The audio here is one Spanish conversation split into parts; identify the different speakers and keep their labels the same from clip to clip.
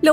Speaker 1: Lo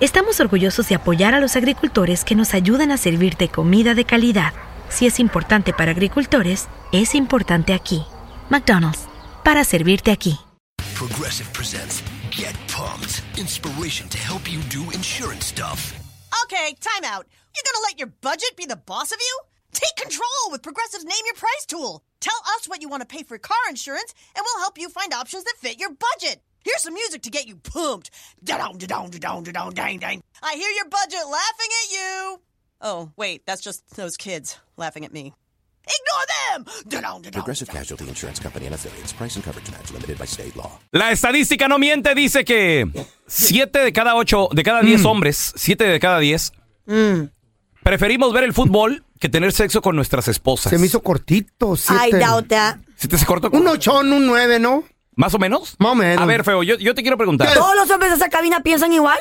Speaker 2: estamos orgullosos de apoyar a los agricultores que nos ayudan a servirte comida de calidad. Si es importante para agricultores, es importante aquí. McDonald's, para servirte aquí.
Speaker 3: Progressive presents Get Pumped. Inspiration to help you do insurance stuff.
Speaker 4: Okay, time out. You're gonna let your budget be the boss of you? Take control with Progressive's Name Your Price tool. Tell us what you want to pay for car insurance, and we'll help you find options that fit your budget. Here's some music to get you pumped. Da-dong, da-dong, da-dong, da-dong, dang, dang. I hear your budget laughing at you. Oh, wait, that's just those kids laughing at me. Ignore them! Da-dong, da-dong.
Speaker 3: Progressive Casualty Insurance Company and affiliates. Price and coverage match limited by state law.
Speaker 5: La estadística no miente, dice que 7 de cada 8, de cada
Speaker 6: Mm.
Speaker 5: 10 hombres, 7 de cada 10, preferimos ver el fútbol que tener sexo con nuestras esposas.
Speaker 7: Se me hizo cortito,
Speaker 6: I
Speaker 7: siete.
Speaker 6: doubt that.
Speaker 5: ¿Sí te se cortó?
Speaker 7: Un ochón, un nueve, ¿no?
Speaker 5: ¿Más o menos?
Speaker 7: Más o menos.
Speaker 5: A ver, Feo, yo, yo te quiero preguntar.
Speaker 7: ¿Qué?
Speaker 6: ¿Todos los hombres de esa cabina piensan igual?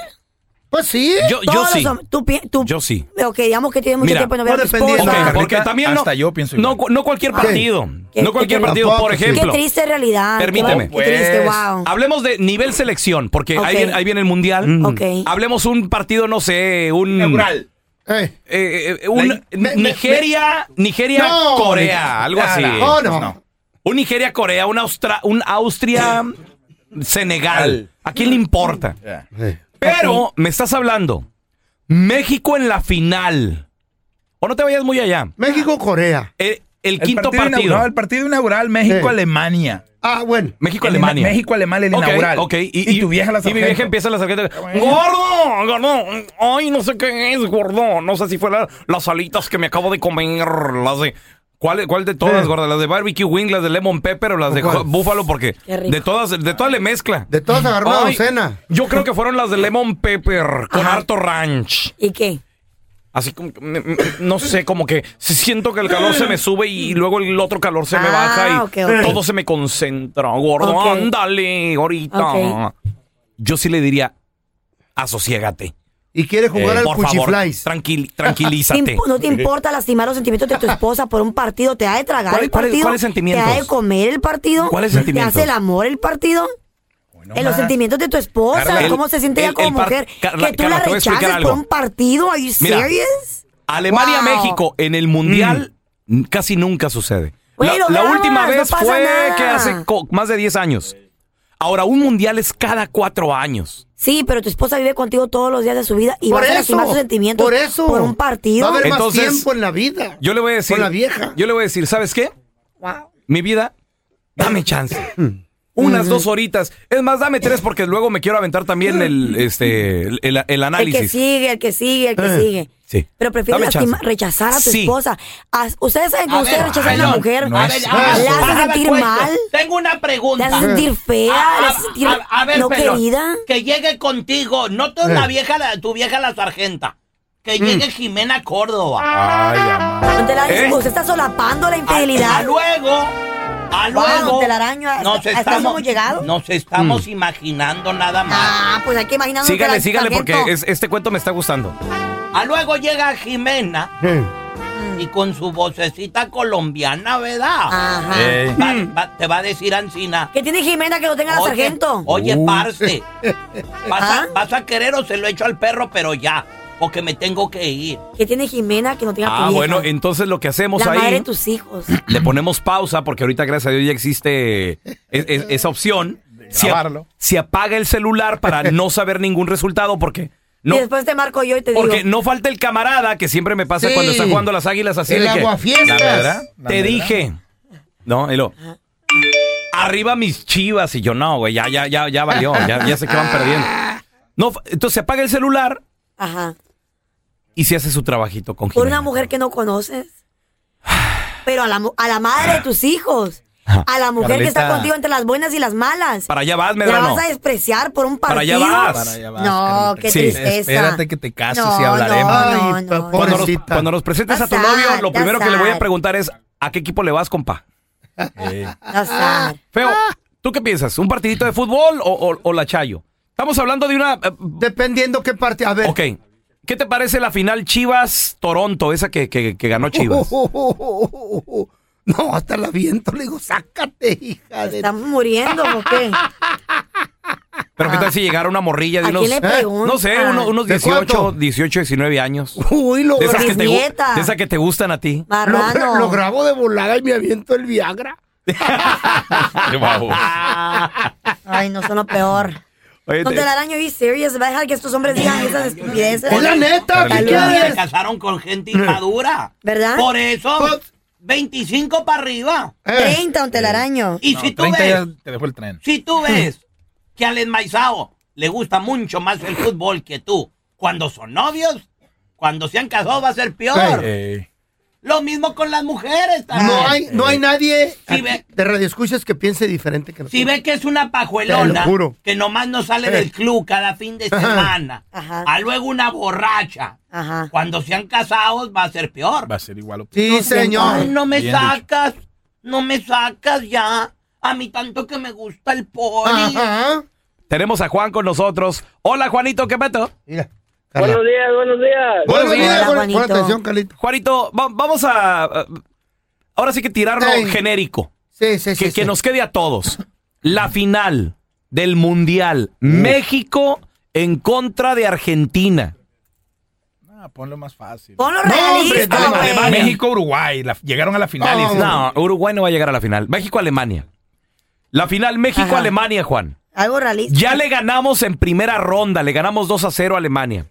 Speaker 7: Pues sí.
Speaker 5: Yo, yo
Speaker 6: Todos
Speaker 5: sí.
Speaker 6: los hombres. ¿Tú, pi- tú-
Speaker 5: Yo sí.
Speaker 6: Ok, digamos que tiene mucho
Speaker 5: Mira,
Speaker 6: tiempo no ver
Speaker 7: no
Speaker 6: a tu esposa. Ah.
Speaker 5: Ok,
Speaker 7: dependiendo. Esa
Speaker 5: porque
Speaker 8: carnita,
Speaker 5: también no,
Speaker 8: hasta yo pienso
Speaker 5: no,
Speaker 8: igual.
Speaker 5: cu- no cualquier partido.
Speaker 6: Qué-
Speaker 5: No cualquier
Speaker 6: qué-
Speaker 5: partido. Por
Speaker 7: Tampoco, sí.
Speaker 6: Qué
Speaker 5: ejemplo,
Speaker 6: triste realidad. qué
Speaker 5: Permíteme. ah,
Speaker 6: va- Qué, triste,
Speaker 8: Pues.
Speaker 6: wow.
Speaker 5: hablemos de nivel selección, porque ahí,
Speaker 6: Ok. Mm.
Speaker 5: viene, ahí viene el mundial.
Speaker 6: Ok.
Speaker 5: Hablemos un partido, no sé, un.
Speaker 8: Neural.
Speaker 7: Eh.
Speaker 5: eh, eh, un-
Speaker 8: La-
Speaker 7: me-
Speaker 5: Nigeria, Nigeria,
Speaker 7: No.
Speaker 5: Corea, algo así.
Speaker 7: Oh, no.
Speaker 8: No.
Speaker 5: Un Nigeria, Corea, un, Austra- un Austria, Senegal. ¿A quién le importa?
Speaker 8: Yeah.
Speaker 7: Eh.
Speaker 5: Pero me estás hablando. México en la final. O no te vayas muy allá.
Speaker 7: México, Corea.
Speaker 5: Eh, El,
Speaker 8: El
Speaker 5: quinto partido.
Speaker 8: inaugural, el partido inaugural México-Alemania.
Speaker 7: Ah, bueno.
Speaker 5: México-Alemania.
Speaker 8: México-Alemania, el
Speaker 5: Ok,
Speaker 8: inaugural.
Speaker 5: ok.
Speaker 8: Y, tu vieja la
Speaker 5: Y mi vieja
Speaker 8: sargento.
Speaker 5: empieza la sargento.
Speaker 8: Bueno.
Speaker 5: ¡Gordo! ¡Gordo! ¡Ay, no sé qué es, gordo! No sé si fueron las alitas que me acabo de comer. Las de. ¿Cuál, cuál de todas,
Speaker 7: Eh.
Speaker 5: gorda? ¿Las de barbecue wing, las de lemon pepper o las de
Speaker 7: ¿Cuál?
Speaker 5: jo- búfalo? Porque
Speaker 6: Qué rico.
Speaker 5: de todas, de todas le mezcla.
Speaker 7: De todas agarró una
Speaker 5: Ay,
Speaker 7: docena.
Speaker 5: Yo creo que fueron las de lemon pepper con
Speaker 6: Ajá.
Speaker 5: harto ranch.
Speaker 6: ¿Y qué?
Speaker 5: Así como, que me- me- no sé, como que si siento que el calor se me sube y luego el otro calor se me
Speaker 6: Ah,
Speaker 5: baja y
Speaker 6: ok, ok.
Speaker 5: todo se me concentra, gordo.
Speaker 6: Ok.
Speaker 5: Ándale, ahorita.
Speaker 6: Ok.
Speaker 5: Yo sí le diría, asociégate.
Speaker 7: Y quiere jugar al
Speaker 5: por favor,
Speaker 7: Cuchiflies.
Speaker 5: tranquil-
Speaker 6: ¿Te
Speaker 5: tranquilízate.
Speaker 6: impo- ¿No te importa lastimar los sentimientos de tu esposa por un partido? ¿Te ha de tragar
Speaker 5: ¿Cuál-
Speaker 6: el
Speaker 5: cuál-
Speaker 6: partido?
Speaker 5: cuáles sentimientos?
Speaker 6: ¿Te ha de comer el partido?
Speaker 5: ¿Cuáles
Speaker 6: ¿Te
Speaker 5: sentimientos?
Speaker 6: hace el amor el partido?
Speaker 8: Bueno,
Speaker 6: en los
Speaker 8: más.
Speaker 6: sentimientos de tu esposa,
Speaker 5: Carla, el-
Speaker 6: cómo se siente
Speaker 5: el-
Speaker 6: ella como
Speaker 5: el par-
Speaker 6: mujer.
Speaker 5: Carla,
Speaker 6: que tú
Speaker 5: Carla,
Speaker 6: la
Speaker 5: te voy a explicar
Speaker 6: rechaces por
Speaker 5: algo.
Speaker 6: un partido. ¿Are you
Speaker 5: Mira,
Speaker 6: serious?
Speaker 5: Alemania-México
Speaker 6: Wow.
Speaker 5: en el Mundial
Speaker 7: Mm.
Speaker 5: n- casi nunca sucede.
Speaker 6: Güey,
Speaker 5: la
Speaker 6: lo
Speaker 5: la
Speaker 6: grabas,
Speaker 5: última
Speaker 6: no
Speaker 5: vez
Speaker 6: pasa
Speaker 5: fue
Speaker 6: nada.
Speaker 5: que hace co- más de 10 años. Ahora, un Mundial es cada cuatro años.
Speaker 6: Sí, pero tu esposa vive contigo todos los días de su vida y
Speaker 7: Por
Speaker 6: vas a
Speaker 7: eso.
Speaker 6: lastimar sus sentimientos
Speaker 7: por eso.
Speaker 6: por un partido.
Speaker 7: Va a haber
Speaker 5: Entonces,
Speaker 7: más tiempo en la vida.
Speaker 5: Yo le voy a decir.
Speaker 7: Con la vieja.
Speaker 5: Yo le voy a decir, ¿sabes qué?
Speaker 6: Wow.
Speaker 5: mi vida, dame chance. Unas dos horitas. Es más, dame tres porque luego me quiero aventar también el, este, el, el- el
Speaker 6: El que
Speaker 5: análisis.
Speaker 6: sigue, el que sigue, el que sigue.
Speaker 5: Sí.
Speaker 6: Pero prefieres
Speaker 5: Dame chance.
Speaker 6: lastima- rechazar a tu
Speaker 5: Sí.
Speaker 6: esposa. As- Ustedes saben que
Speaker 9: A
Speaker 6: ustedes
Speaker 9: ver,
Speaker 6: rechazan a
Speaker 9: ay,
Speaker 6: la
Speaker 9: no,
Speaker 6: mujer.
Speaker 8: no es
Speaker 6: la
Speaker 8: eso.
Speaker 6: hacen
Speaker 9: Baja la
Speaker 6: sentir
Speaker 9: cuesta.
Speaker 6: mal,
Speaker 9: Tengo una
Speaker 6: la
Speaker 9: pregunta.
Speaker 6: hacen sentir fea, la hacen sentir
Speaker 9: a- a ver,
Speaker 6: no
Speaker 9: pero
Speaker 6: querida.
Speaker 9: que llegue contigo, no tu, la vieja, la- tu vieja la sargenta. Que llegue Jimena Córdoba.
Speaker 6: Ah,
Speaker 8: Ay, amá.
Speaker 6: Donde la-
Speaker 5: ¿Eh?
Speaker 6: Usted está solapando la
Speaker 9: A-
Speaker 6: infidelidad.
Speaker 9: a luego A
Speaker 6: Wow,
Speaker 9: luego.
Speaker 6: telaraño, hasta-
Speaker 9: nos
Speaker 6: hasta eso hemos llegado.
Speaker 9: Nos estamos
Speaker 5: Mm.
Speaker 9: imaginando nada más.
Speaker 6: Ah, pues hay que imaginarnos que
Speaker 5: Sígale,
Speaker 6: la-
Speaker 5: sígale, porque
Speaker 6: sargento-
Speaker 5: es- este cuento me está gustando.
Speaker 6: Ah.
Speaker 9: A luego llega Jimena y con su vocecita colombiana, ¿verdad?
Speaker 6: Ajá.
Speaker 5: Ey.
Speaker 9: Va- va- te va a decir Ancina.
Speaker 6: Ah. ¿Qué tiene Jimena que lo tenga la
Speaker 9: Oye,
Speaker 6: sargento?
Speaker 9: Oye,
Speaker 5: Uh.
Speaker 9: parce, vas a,
Speaker 6: ¿Ah?
Speaker 9: vas a querer o se lo echo al perro, pero ya, porque me tengo que ir.
Speaker 6: ¿Qué tiene Jimena que no tenga tu
Speaker 5: Ah,
Speaker 6: vieja?
Speaker 5: bueno, entonces lo que hacemos
Speaker 6: La madre de
Speaker 5: ahí,
Speaker 6: tus hijos.
Speaker 5: le ponemos pausa, porque ahorita, gracias a Dios, ya existe es- es- esa opción. Se, ap-
Speaker 8: grabarlo.
Speaker 5: se apaga el celular para no saber ningún resultado, porque no,
Speaker 6: Y después te marco yo y te
Speaker 5: porque
Speaker 6: digo.
Speaker 5: no falta el camarada que siempre me pasa
Speaker 7: Sí.
Speaker 5: cuando está jugando las águilas así.
Speaker 7: El
Speaker 5: de que,
Speaker 7: aguafiestas.
Speaker 5: "La verdad,
Speaker 8: La
Speaker 5: Te
Speaker 8: verdad.
Speaker 5: dije. No, y lo. Arriba mis chivas. Y yo, no, güey, ya, ya, ya, ya valió. Ya, ya sé que van perdiendo. No, fa- entonces se apaga el celular
Speaker 6: Ajá.
Speaker 5: y se hace su trabajito con
Speaker 6: Por
Speaker 5: Jimena.
Speaker 6: una mujer que no conoces. Pero a la, mu- a la madre de tus hijos. A la mujer que está
Speaker 8: Carlita.
Speaker 6: contigo entre las buenas y las malas.
Speaker 5: Ah. Para allá vas,
Speaker 6: ¿La
Speaker 5: Medrano.
Speaker 6: vas a despreciar por un partido?
Speaker 5: Para allá vas. Para allá
Speaker 6: No,
Speaker 8: Carlita.
Speaker 6: qué
Speaker 5: Sí.
Speaker 6: tristeza.
Speaker 8: Espérate que te cases
Speaker 6: No,
Speaker 8: y hablaremos.
Speaker 6: no,
Speaker 7: Ay,
Speaker 6: no, no,
Speaker 7: por-
Speaker 5: Cuando
Speaker 6: no.
Speaker 5: nos,
Speaker 7: Pobrecita.
Speaker 5: cuando nos presentes a tu
Speaker 6: That's
Speaker 5: novio,
Speaker 6: sad,
Speaker 5: lo
Speaker 6: that's
Speaker 5: primero que le voy a
Speaker 6: sad.
Speaker 5: preguntar es, ¿a qué equipo le vas, compa?
Speaker 6: No, Sar.
Speaker 5: Feo, ¿tú qué piensas? ¿Un partidito de fútbol o, o- o la Chayo? Estamos hablando de una... eh,
Speaker 7: Dependiendo qué parte. A ver.
Speaker 5: ok, ¿qué te parece la final Chivas-Toronto, esa que, que- que ganó Chivas?
Speaker 7: No, hasta la viento. Le digo, sácate, hija de.
Speaker 6: ¿Estamos muriendo o qué?
Speaker 5: Pero qué tal si llegara una morrilla de
Speaker 6: ¿A
Speaker 5: unos...
Speaker 6: quién le preguntas?
Speaker 5: No sé, uno- unos
Speaker 7: ¿De
Speaker 5: 18,
Speaker 7: cuánto?
Speaker 5: 18, 19 años.
Speaker 7: Uy, lo,
Speaker 5: De esas,
Speaker 7: gra-
Speaker 5: que te, gu-
Speaker 6: Bisnieta.
Speaker 5: de esas que te gustan a ti.
Speaker 6: Marrano.
Speaker 7: lo, lo grabo de volada y me aviento el Viagra.
Speaker 6: Ay, no, son lo peor.
Speaker 5: Oye,
Speaker 6: No
Speaker 5: te-
Speaker 6: te la daño, you serious? ¿Va a dejar que estos hombres digan esas estupideces?
Speaker 7: Es la neta, ¿qué
Speaker 9: Porque se
Speaker 7: quieres?
Speaker 9: casaron con gente inmadura.
Speaker 6: ¿Verdad?
Speaker 9: Por eso,
Speaker 7: Pues-
Speaker 9: 25 para arriba.
Speaker 7: Eh,
Speaker 6: 30, un telaraño.
Speaker 9: Y
Speaker 8: No,
Speaker 9: si tú
Speaker 8: 30
Speaker 9: ves,
Speaker 8: ya te dejó el tren.
Speaker 9: si tú ves que al enmaizao le gusta mucho más el fútbol que tú, cuando son novios, cuando se han casado va a ser peor.
Speaker 8: Eh,
Speaker 9: Lo mismo con las mujeres también.
Speaker 7: no hay, no hay nadie aquí
Speaker 9: ve-
Speaker 7: de radioescuchas que piense diferente que
Speaker 9: Si
Speaker 7: nosotros.
Speaker 9: ve que es una
Speaker 7: Te
Speaker 9: pajuelona
Speaker 7: lo juro.
Speaker 9: que nomás no sale del club cada fin de semana,
Speaker 6: Ajá.
Speaker 9: a luego una borracha,
Speaker 6: Ajá.
Speaker 9: cuando sean casados va a ser peor.
Speaker 8: Va a ser igual.
Speaker 7: Sí,
Speaker 9: Ay,
Speaker 7: señor.
Speaker 9: no me
Speaker 8: Bien
Speaker 9: sacas, no me sacas ya. A mí tanto que me gusta el poli.
Speaker 7: Ajá.
Speaker 5: Tenemos a Juan con nosotros. Hola, Juanito, ¿qué meto?
Speaker 7: Mira, Carla.
Speaker 10: Buenos días, buenos días.
Speaker 7: Buenos
Speaker 6: Hola,
Speaker 7: días, Juan-
Speaker 6: Juanito.
Speaker 7: pon atención, Carlito.
Speaker 5: Juanito, va- vamos a... eh, Ahora sí que tirarlo
Speaker 7: Ey.
Speaker 5: genérico.
Speaker 7: Sí, sí, sí.
Speaker 5: que, que
Speaker 7: sí.
Speaker 5: nos quede a todos. La final del Mundial. México en contra de Argentina.
Speaker 8: Ah, ponlo más fácil.
Speaker 6: Ponlo
Speaker 7: No, hombre,
Speaker 6: realista,
Speaker 7: dale,
Speaker 6: güey.
Speaker 7: dale, vale.
Speaker 8: México-Uruguay. la- Llegaron a la final. y
Speaker 7: Oh.
Speaker 8: dices,
Speaker 5: No, Uruguay no va a llegar a la final. México-Alemania. La final México-Alemania, Juan.
Speaker 6: Algo realista.
Speaker 5: Ya le ganamos en primera ronda. Le ganamos 2 a 0 a Alemania.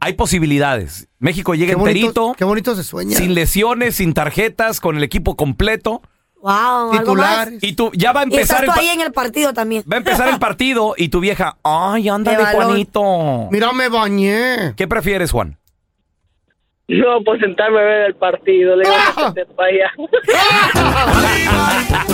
Speaker 5: Hay posibilidades. México llega
Speaker 7: Qué bonito,
Speaker 5: enterito,
Speaker 7: qué bonito se sueña.
Speaker 5: sin lesiones, sin tarjetas, con el equipo completo.
Speaker 6: Wow, ¿algo más?
Speaker 7: Titulares.
Speaker 5: Y tú ya va a
Speaker 6: Y estás
Speaker 5: empezar el,
Speaker 6: tú
Speaker 5: pa-
Speaker 6: ahí en el partido también.
Speaker 5: va a empezar el partido y tu vieja, ay, ándale,
Speaker 6: De balón.
Speaker 5: Juanito.
Speaker 7: Mira, me bañé.
Speaker 5: ¿Qué prefieres, Juan?
Speaker 10: No, por sentarme a ver el partido. Le digo,
Speaker 7: Ah.
Speaker 10: "Vete pa' allá".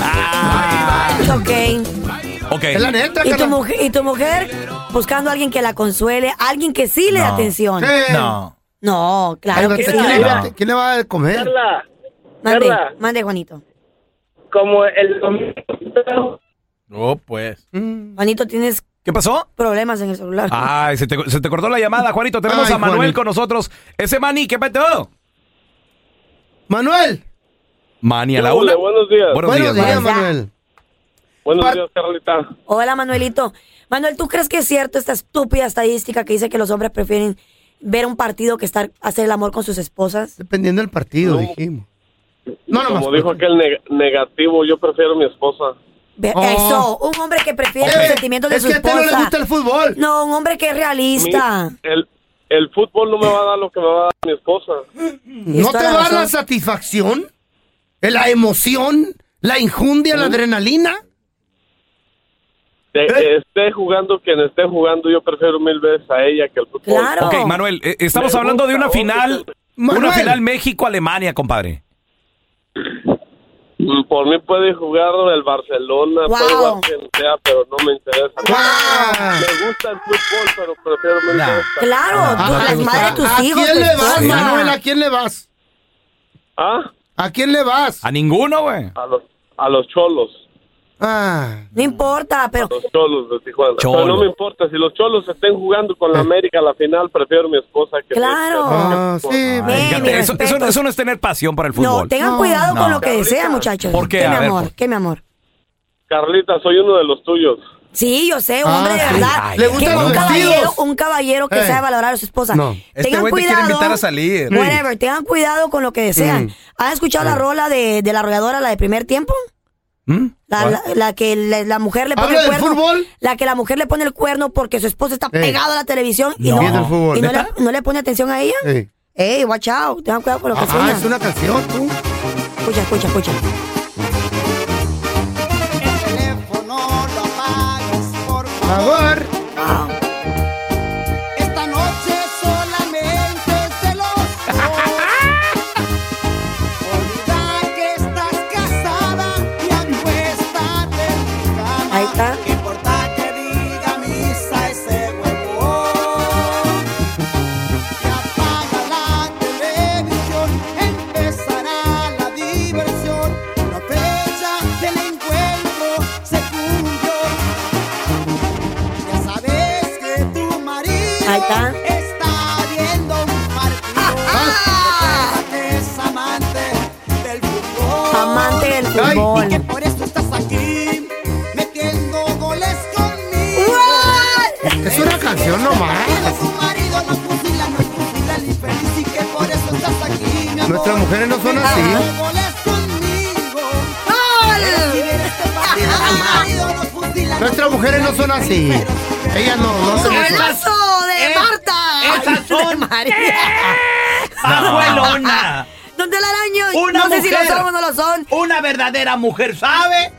Speaker 6: Ah, Ok.
Speaker 5: Ok.
Speaker 7: Es la neta,
Speaker 6: ¿Y tu,
Speaker 7: Carla.
Speaker 6: mujer, y tu mujer buscando a alguien que la consuele, alguien que sí le dé
Speaker 8: No.
Speaker 6: atención.
Speaker 7: Sí.
Speaker 8: No.
Speaker 6: No, claro
Speaker 7: Espérate,
Speaker 6: que sí.
Speaker 7: ¿quién, le va,
Speaker 8: No.
Speaker 7: quién le va a comer?
Speaker 10: Carla,
Speaker 6: Mande,
Speaker 10: Carla.
Speaker 6: mande, Juanito.
Speaker 10: como el domingo.
Speaker 8: No, pues.
Speaker 7: Mm.
Speaker 6: Juanito, tienes
Speaker 5: ¿Qué pasó?
Speaker 6: problemas en el celular.
Speaker 7: Ah.
Speaker 5: Ay, se te, se te cortó la llamada, Juanito. Tenemos
Speaker 7: Ay,
Speaker 5: a Manuel
Speaker 7: Juanito.
Speaker 5: con nosotros. Ese Mani, ¿qué peteo?
Speaker 7: Manuel.
Speaker 5: Mani a la
Speaker 10: Hola,
Speaker 5: una.
Speaker 10: buenos días.
Speaker 5: Buenos días,
Speaker 7: Buenos días,
Speaker 5: Mani.
Speaker 7: Manuel.
Speaker 10: Buenos
Speaker 7: Par-
Speaker 10: días, Carlita.
Speaker 6: Hola, Manuelito. Manuel, ¿tú crees que es cierto esta estúpida estadística que dice que los hombres prefieren ver un partido que estar hacer el amor con sus esposas?
Speaker 7: Dependiendo del partido,
Speaker 10: No.
Speaker 7: dijimos. No,
Speaker 9: pues,
Speaker 7: no
Speaker 10: Como
Speaker 8: pues.
Speaker 10: dijo aquel neg- negativo, yo prefiero a mi esposa.
Speaker 6: Ve-
Speaker 7: Oh.
Speaker 6: Eso, un hombre que prefiere los sentimientos de
Speaker 7: es
Speaker 6: su
Speaker 7: que a este
Speaker 6: esposa.
Speaker 7: no le gusta el fútbol.
Speaker 6: No, un hombre que es
Speaker 10: Mi-
Speaker 6: realista.
Speaker 10: el, el fútbol no me va a dar lo que me va a dar mi esposa.
Speaker 7: ¿No te
Speaker 6: toda la
Speaker 7: va la
Speaker 6: razón.
Speaker 7: satisfacción? eh, ¿La emoción? ¿La injundia? ¿La adrenalina?
Speaker 10: De-
Speaker 7: ¿Eh?
Speaker 10: Esté jugando quien esté jugando, yo prefiero mil veces a ella que al fútbol.
Speaker 6: Claro.
Speaker 5: Ok, Manuel, eh, estamos
Speaker 10: Me
Speaker 5: hablando de
Speaker 10: gusta,
Speaker 5: una final.
Speaker 10: hombre.
Speaker 5: Una
Speaker 7: Manuel.
Speaker 5: final México-Alemania, compadre.
Speaker 10: Mm, Por mí puede jugar el Barcelona,
Speaker 6: Wow.
Speaker 10: puede jugar quien sea, pero no me interesa.
Speaker 7: ¡Guau!
Speaker 10: Me gusta el fútbol, pero prefiero mil veces.
Speaker 6: Claro, tú,
Speaker 7: Ah, no
Speaker 6: las
Speaker 7: te gusta.
Speaker 6: madres de tus
Speaker 7: ¿A
Speaker 6: hijos,
Speaker 7: quién
Speaker 6: tu
Speaker 7: le vas,
Speaker 6: esposa.
Speaker 7: Manuel? ¿A quién le vas?
Speaker 10: ¿Ah?
Speaker 7: ¿A quién le vas?
Speaker 5: A ninguno, güey.
Speaker 10: A los, a los cholos.
Speaker 7: Ah.
Speaker 6: No importa, pero.
Speaker 10: Los cholos de Tijuana.
Speaker 5: Cholo.
Speaker 10: Pero no me importa. Si los cholos estén jugando con la América a la final, prefiero mi esposa que.
Speaker 6: Claro.
Speaker 7: Eh. Ah, sí.
Speaker 6: Ve,
Speaker 5: Fíjate,
Speaker 6: mi
Speaker 5: eso,
Speaker 6: respeto.
Speaker 5: eso- eso no es tener pasión para el fútbol.
Speaker 6: No, tengan cuidado
Speaker 5: No.
Speaker 6: con lo que desean, muchachos.
Speaker 5: ¿Por qué?
Speaker 6: mi
Speaker 5: A ver,
Speaker 6: amor?
Speaker 5: pues.
Speaker 6: ¿Qué, mi amor?
Speaker 10: Carlita, soy uno de los tuyos.
Speaker 6: Sí, yo sé, un
Speaker 7: Ah,
Speaker 6: hombre de
Speaker 7: sí.
Speaker 6: verdad.
Speaker 7: Ay, le
Speaker 6: que
Speaker 7: gustan
Speaker 6: un
Speaker 7: los
Speaker 6: caballero,
Speaker 7: vestidos.
Speaker 6: un caballero que
Speaker 7: Eh.
Speaker 6: sabe valorar a su esposa.
Speaker 7: No.
Speaker 8: Este
Speaker 6: Tengan
Speaker 8: güey te quiere
Speaker 6: cuidado.
Speaker 8: invitar a salir.
Speaker 6: Whatever, tengan cuidado con lo que desean.
Speaker 7: Mm.
Speaker 6: ¿Han escuchado la rola de, de la arrolladora, la de primer tiempo?
Speaker 5: ¿Mm?
Speaker 6: La, la- la que la, la mujer le pone
Speaker 7: ¿Habla
Speaker 6: el
Speaker 7: del
Speaker 6: cuerno.
Speaker 7: fútbol? Eh.
Speaker 6: La que la mujer le pone el cuerno porque su esposa está pegada a la televisión y
Speaker 7: No.
Speaker 6: no,
Speaker 7: Viendo el fútbol.
Speaker 6: y no, le,
Speaker 7: ¿Neta? Eh.
Speaker 6: no le pone atención a ella.
Speaker 7: Sí.
Speaker 6: Ey, watch out, tengan cuidado con lo que
Speaker 7: Ah,
Speaker 6: suena.
Speaker 7: es una canción, tú.
Speaker 6: Escucha, escucha, escucha.
Speaker 7: Por favor.
Speaker 11: Esta noche solamente celos. Olvida que estás casada y acuéstate en mi cama.
Speaker 6: Ahí está.
Speaker 11: No importa que diga misa ese huevón. Y apaga la televisión, empezará la diversión. La fecha del encuentro se cumplió. Ya sabes que tu marido
Speaker 6: Ahí está. Ah,
Speaker 11: está viendo un partido. Recuerda que es amante del fútbol.
Speaker 6: Amante del
Speaker 7: Ay.
Speaker 6: fútbol.
Speaker 11: Y que por eso estás aquí metiendo goles conmigo.
Speaker 7: Es una canción nomás.
Speaker 11: Que su marido no fusila, no fusila al infeliz y que por eso estás aquí, mi amor.
Speaker 7: Nuestras mujeres no son así.
Speaker 11: Metiendo goles conmigo. Si ves este partido, mi marido nos fusila, nos
Speaker 7: Nuestras mujeres no son así. Ellas no, no se gustan.
Speaker 6: de Marta!
Speaker 9: esas
Speaker 6: de
Speaker 9: son-
Speaker 6: María!
Speaker 5: Ah,
Speaker 9: ¡Pajuelona!
Speaker 6: ¡Don Telaraño!
Speaker 9: Una
Speaker 6: no sé si lo
Speaker 9: mujer.
Speaker 6: son o no lo son.
Speaker 9: Una verdadera mujer sabe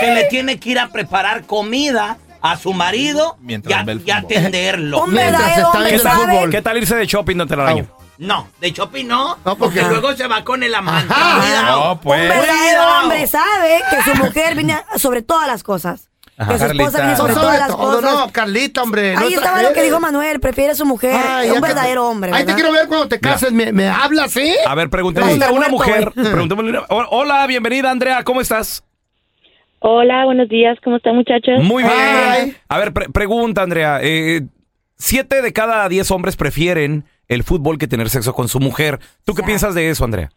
Speaker 9: que le tiene que ir a preparar comida a su marido
Speaker 8: Mientras
Speaker 9: y,
Speaker 8: ve
Speaker 9: a,
Speaker 8: el
Speaker 9: y
Speaker 8: fútbol.
Speaker 9: atenderlo.
Speaker 6: Un verdadero
Speaker 7: Oh, está
Speaker 6: hombre
Speaker 7: viendo el
Speaker 6: sabe.
Speaker 7: fútbol.
Speaker 5: ¿Qué tal irse de shopping no te la daño?
Speaker 9: No, de Chopi no,
Speaker 7: No, ¿por
Speaker 9: porque
Speaker 7: qué?
Speaker 9: luego se va con el amante.
Speaker 7: Ajá.
Speaker 9: Cuidado.
Speaker 8: No,
Speaker 6: Un
Speaker 8: pues.
Speaker 6: verdadero
Speaker 9: Cuidado.
Speaker 6: hombre sabe que su mujer viene a- sobre todas las cosas. que su esposa
Speaker 8: Carlita.
Speaker 7: Son
Speaker 6: viene sobre
Speaker 7: sobre
Speaker 6: todas las
Speaker 7: pues, todo,
Speaker 6: cosas.
Speaker 7: no, Carlita, hombre.
Speaker 6: Ahí
Speaker 7: nuestra-
Speaker 6: estaba lo que dijo Manuel, prefiere a su mujer.
Speaker 7: Ay,
Speaker 6: es
Speaker 7: ya
Speaker 6: un
Speaker 7: que-
Speaker 6: verdadero hombre.
Speaker 7: Ahí te
Speaker 6: ¿verdad?
Speaker 7: quiero ver cuando te cases. ¿Me, me hablas, eh?
Speaker 5: A ver, preguntémosle
Speaker 6: Vamos a
Speaker 5: a una
Speaker 6: estar muerto,
Speaker 5: mujer. Mm. Preguntémosle a una- Ho- Hola, bienvenida, Andrea, ¿cómo estás?
Speaker 12: Hola, buenos días, ¿cómo están muchachos?
Speaker 7: Mm.
Speaker 5: Muy bien.
Speaker 7: Ay.
Speaker 5: A ver, pre- pregunta, Andrea. eh, siete de cada diez hombres prefieren el fútbol que tener sexo con su mujer. ¿Tú qué piensas de eso, Andrea?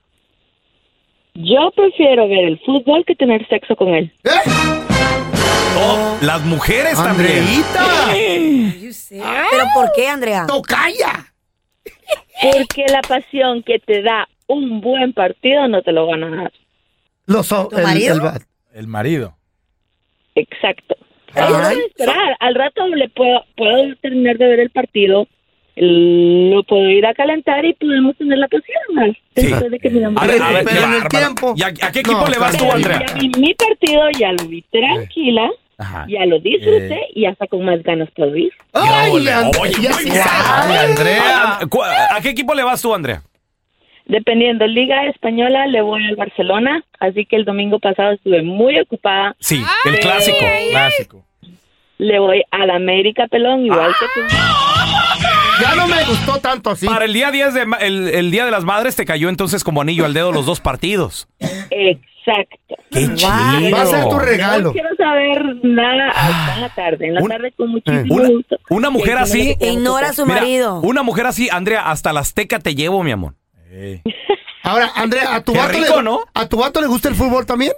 Speaker 12: Yo prefiero ver el fútbol que tener sexo con él.
Speaker 7: ¿Eh?
Speaker 5: Oh, las mujeres también.
Speaker 7: ¡Andreita!
Speaker 6: Pero ¿por qué, Andrea?
Speaker 7: ¡No calla!
Speaker 12: Porque la pasión que te da un buen partido no te lo van a dar.
Speaker 7: Los, o-
Speaker 6: ¿Tu marido?
Speaker 7: va-
Speaker 8: El marido.
Speaker 12: Exacto. Yo no voy a esperar. Al rato le puedo, puedo terminar de ver el partido, lo puedo ir a calentar y podemos tener la pasión más. Después de que mi
Speaker 5: A
Speaker 12: amor-
Speaker 5: ver, a ver,
Speaker 7: Pero
Speaker 5: qué
Speaker 7: en el
Speaker 5: bárbaro.
Speaker 7: tiempo.
Speaker 5: ¿Y a, a qué equipo
Speaker 7: No,
Speaker 5: le vas tú,
Speaker 12: Pero
Speaker 5: Andrea?
Speaker 12: ya vi mi partido, ya lo vi tranquila,
Speaker 5: Ajá.
Speaker 12: ya lo disfruté
Speaker 7: Eh.
Speaker 12: y hasta con más ganas puedo ir.
Speaker 7: ¡Ay,
Speaker 5: Oye,
Speaker 7: Andrea!
Speaker 5: oye,
Speaker 7: ya
Speaker 5: muy
Speaker 7: sí
Speaker 5: guau,
Speaker 7: sabe.
Speaker 5: Andrea, ¿cu- ¿a qué equipo le vas tú, Andrea?
Speaker 12: Dependiendo, Liga Española le voy al Barcelona, así que el domingo pasado estuve muy ocupada.
Speaker 5: Sí, el clásico.
Speaker 8: Clásico.
Speaker 12: Le voy al América Pelón, igual que tú.
Speaker 7: Ya no me gustó tanto así.
Speaker 5: Para el día 10 de ma- el, el día de las madres te cayó entonces como anillo al dedo los dos partidos.
Speaker 12: Exacto.
Speaker 5: Qué chido.
Speaker 7: Va a ser tu
Speaker 12: No
Speaker 7: regalo.
Speaker 12: quiero saber nada
Speaker 7: Ah,
Speaker 12: hasta en la tarde. En la
Speaker 5: Un-
Speaker 12: tarde
Speaker 7: eh,
Speaker 12: con muchísimo
Speaker 5: una-
Speaker 12: gusto.
Speaker 5: una mujer
Speaker 12: Sí,
Speaker 5: así-
Speaker 12: sí,
Speaker 6: Ignora a su
Speaker 5: Mira,
Speaker 6: marido.
Speaker 5: Una mujer así, Andrea, hasta la azteca te llevo, mi amor.
Speaker 8: Ey.
Speaker 7: Ahora, Andrea, ¿a tu,
Speaker 5: Qué
Speaker 7: vato
Speaker 5: rico,
Speaker 7: le,
Speaker 5: ¿no?
Speaker 7: ¿a tu vato le gusta el fútbol también?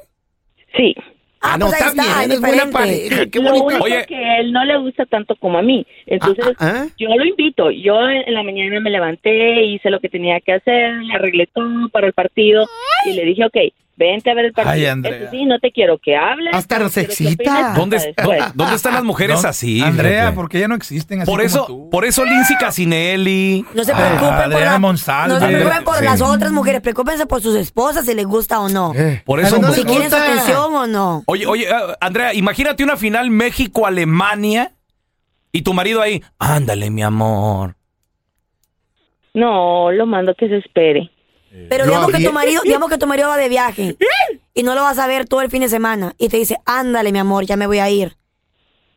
Speaker 12: Sí.
Speaker 6: Ah, pues ahí está,
Speaker 7: también,
Speaker 6: es
Speaker 7: es buena
Speaker 6: diferente.
Speaker 7: pareja. Qué
Speaker 12: lo
Speaker 7: bonito.
Speaker 12: único
Speaker 5: Oye.
Speaker 12: que a él no le gusta tanto como a mí. Entonces,
Speaker 7: Ah, ah,
Speaker 12: yo lo invito. Yo en la mañana me levanté, hice lo que tenía que hacer, le arreglé todo para el partido y le dije, ok, vente a ver el partido.
Speaker 8: Andrea.
Speaker 12: Eso sí, no te quiero que hables.
Speaker 7: Hasta
Speaker 12: no
Speaker 7: nos
Speaker 12: quiero que
Speaker 7: excita.
Speaker 12: opines,
Speaker 5: ¿Dónde,
Speaker 12: hasta
Speaker 5: dó-
Speaker 12: después.
Speaker 5: dónde están las mujeres
Speaker 8: No,
Speaker 5: así?
Speaker 8: Andrea,
Speaker 5: fíjate?
Speaker 8: porque ya no existen así
Speaker 5: por
Speaker 8: como
Speaker 5: eso,
Speaker 8: tú.
Speaker 5: por eso Lindsay Casinelli.
Speaker 6: No se
Speaker 8: Ah,
Speaker 6: preocupen por,
Speaker 8: Adriana
Speaker 6: la-
Speaker 8: Monsalve.
Speaker 6: no se preocupen
Speaker 8: Andrea,
Speaker 6: por
Speaker 8: sí.
Speaker 6: las otras mujeres, preocupense por sus esposas si les gusta o no.
Speaker 7: eh.
Speaker 5: por eso-
Speaker 7: Ay,
Speaker 5: no
Speaker 6: si
Speaker 7: le
Speaker 6: quieren su
Speaker 7: gusta.
Speaker 6: atención o no.
Speaker 5: Oye, oye, ah, Andrea, imagínate una final México-Alemania y tu marido ahí. Ándale, mi amor.
Speaker 12: No, lo mando que se espere.
Speaker 6: Pero
Speaker 7: Lo
Speaker 6: digamos que,
Speaker 7: habría-
Speaker 6: tu marido, digamos que tu marido va de viaje y no lo vas a ver todo el fin de semana y te dice, ándale mi amor, ya me voy a ir.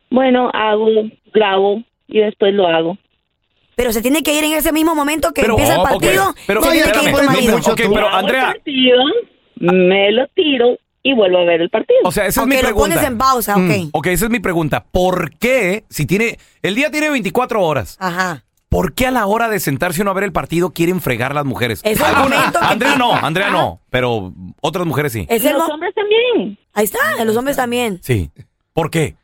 Speaker 12: Bueno, hago, grabo y después lo hago.
Speaker 6: Pero se tiene que ir en ese mismo momento que
Speaker 5: Pero-
Speaker 6: empieza el
Speaker 5: ok,
Speaker 6: partido.
Speaker 5: pero-
Speaker 6: se
Speaker 5: No,
Speaker 6: tiene que ir
Speaker 5: espérame,
Speaker 6: tu
Speaker 5: no,
Speaker 6: marido.
Speaker 5: pero- ok, pero, Andrea-
Speaker 12: partido, me lo tiro y vuelvo a ver el partido.
Speaker 5: O sea, esa es mi pregunta. Mm, ok, esa es mi pregunta. ¿Por qué, si tiene. El día tiene 24 horas.
Speaker 6: Ajá.
Speaker 5: ¿Por qué a la hora de sentarse uno a ver el partido quieren fregar las mujeres?
Speaker 6: Es el
Speaker 5: Algunas-
Speaker 6: momento que-
Speaker 5: Andrea no, Andrea no. Pero otras mujeres sí.
Speaker 6: Es los hombres también. Ahí está, los hombres también.
Speaker 5: Sí. ¿Por qué?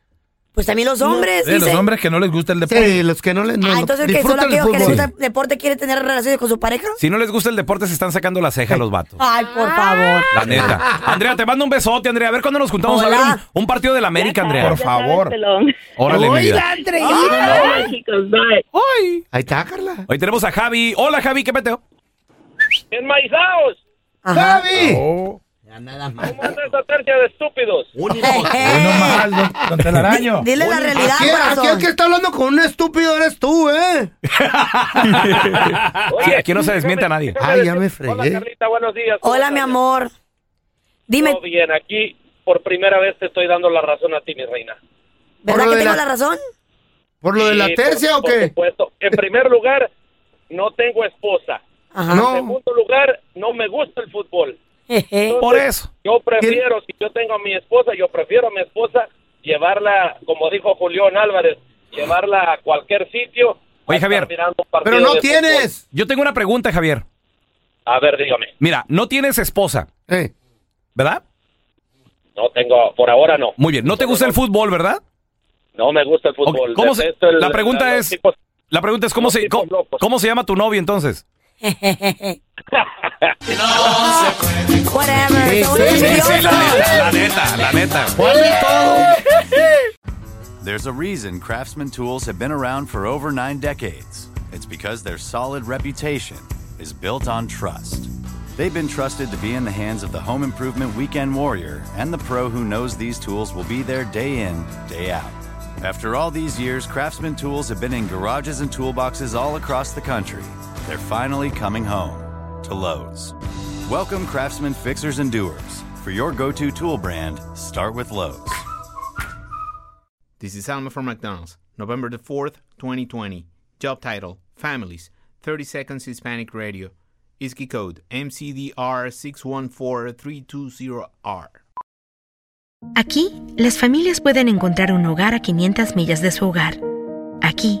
Speaker 6: Pues también los hombres.
Speaker 8: Sí, los
Speaker 6: dicen-
Speaker 8: hombres que no les gusta el deporte. Sí,
Speaker 7: los que no les
Speaker 6: Ah, entonces que solo aquellos que les gusta el deporte quieren tener relaciones con su pareja.
Speaker 5: Si no les gusta el deporte, se están sacando la ceja los vatos.
Speaker 6: Ay, por favor.
Speaker 5: La neta. Andrea, te mando un besote, Andrea. A ver cuándo nos juntamos a ver
Speaker 6: Hola.
Speaker 5: un, un partido de la América, Andrea.
Speaker 7: Por favor.
Speaker 5: Órale, mi vida.
Speaker 7: Ay.
Speaker 5: Hoy.
Speaker 7: Ahí está, Carla.
Speaker 5: Hoy tenemos a Javi. Hola, Javi, ¿qué peteo?
Speaker 13: ¡Enmaizaos!
Speaker 7: ¡Javi!
Speaker 13: ¿Cómo anda esta tercia de estúpidos?
Speaker 8: Don Telaraño.
Speaker 13: Di- dile la realidad,
Speaker 7: Aquí,
Speaker 13: corazón.
Speaker 7: aquí el que está hablando con un estúpido eres tú, ¿eh?
Speaker 5: Sí, aquí no se desmiente a nadie.
Speaker 7: Ay, ya me
Speaker 13: Hola,
Speaker 7: fregué.
Speaker 13: Carlita, buenos días.
Speaker 6: Hola, mi amor. Dime.
Speaker 13: Todo bien, aquí por primera vez te estoy dando la razón a ti, mi reina.
Speaker 6: ¿Verdad que tengo la... razón?
Speaker 7: ¿Por lo de la
Speaker 13: Sí,
Speaker 7: tercia
Speaker 13: por-
Speaker 7: o qué?
Speaker 13: Por supuesto. En primer lugar, no tengo esposa.
Speaker 7: Ajá.
Speaker 13: En
Speaker 7: No.
Speaker 13: segundo lugar, no me gusta el fútbol.
Speaker 5: Por eso.
Speaker 13: Yo prefiero, si yo tengo a mi esposa, yo prefiero a mi esposa llevarla, como dijo Julián Álvarez, llevarla a cualquier sitio.
Speaker 5: Oye, Javier.
Speaker 13: Pero no tienes.
Speaker 5: Yo tengo una pregunta, Javier.
Speaker 13: A ver, dígame.
Speaker 5: Mira, no tienes esposa. ¿Verdad?
Speaker 13: No tengo, por ahora no.
Speaker 5: Muy bien. No te gusta el fútbol, ¿verdad?
Speaker 13: No me gusta el fútbol.
Speaker 5: ¿Cómo se-
Speaker 13: Detesto el-
Speaker 5: la pregunta
Speaker 13: los
Speaker 5: es.
Speaker 13: tipos-
Speaker 5: la pregunta es cómo
Speaker 13: los
Speaker 5: se,
Speaker 13: tipos
Speaker 5: cómo- cómo se llama tu novio entonces.
Speaker 6: Whatever.
Speaker 5: Sí,
Speaker 6: son unos
Speaker 5: sí, sí,
Speaker 6: idiotas.
Speaker 5: la neta, la neta, la neta.
Speaker 14: There's a reason Craftsman tools have been around for over nine decades. It's because their solid reputation is built on trust. They've been trusted to be in the hands of the home improvement weekend warrior and the pro who knows these tools will be there day in, day out. After all these years, Craftsman tools have been in garages and toolboxes all across the country. They're finally coming home to Lowe's. Welcome, Craftsman fixers and doers. For your go to tool brand, start with Lowe's.
Speaker 15: This is Alma from McDonald's, November the 4th, 2020. Job title Families, 30 Seconds Hispanic Radio. ISKI code MCDR614320R.
Speaker 2: Aquí, las familias pueden encontrar un hogar a 500 millas de su hogar. Aquí,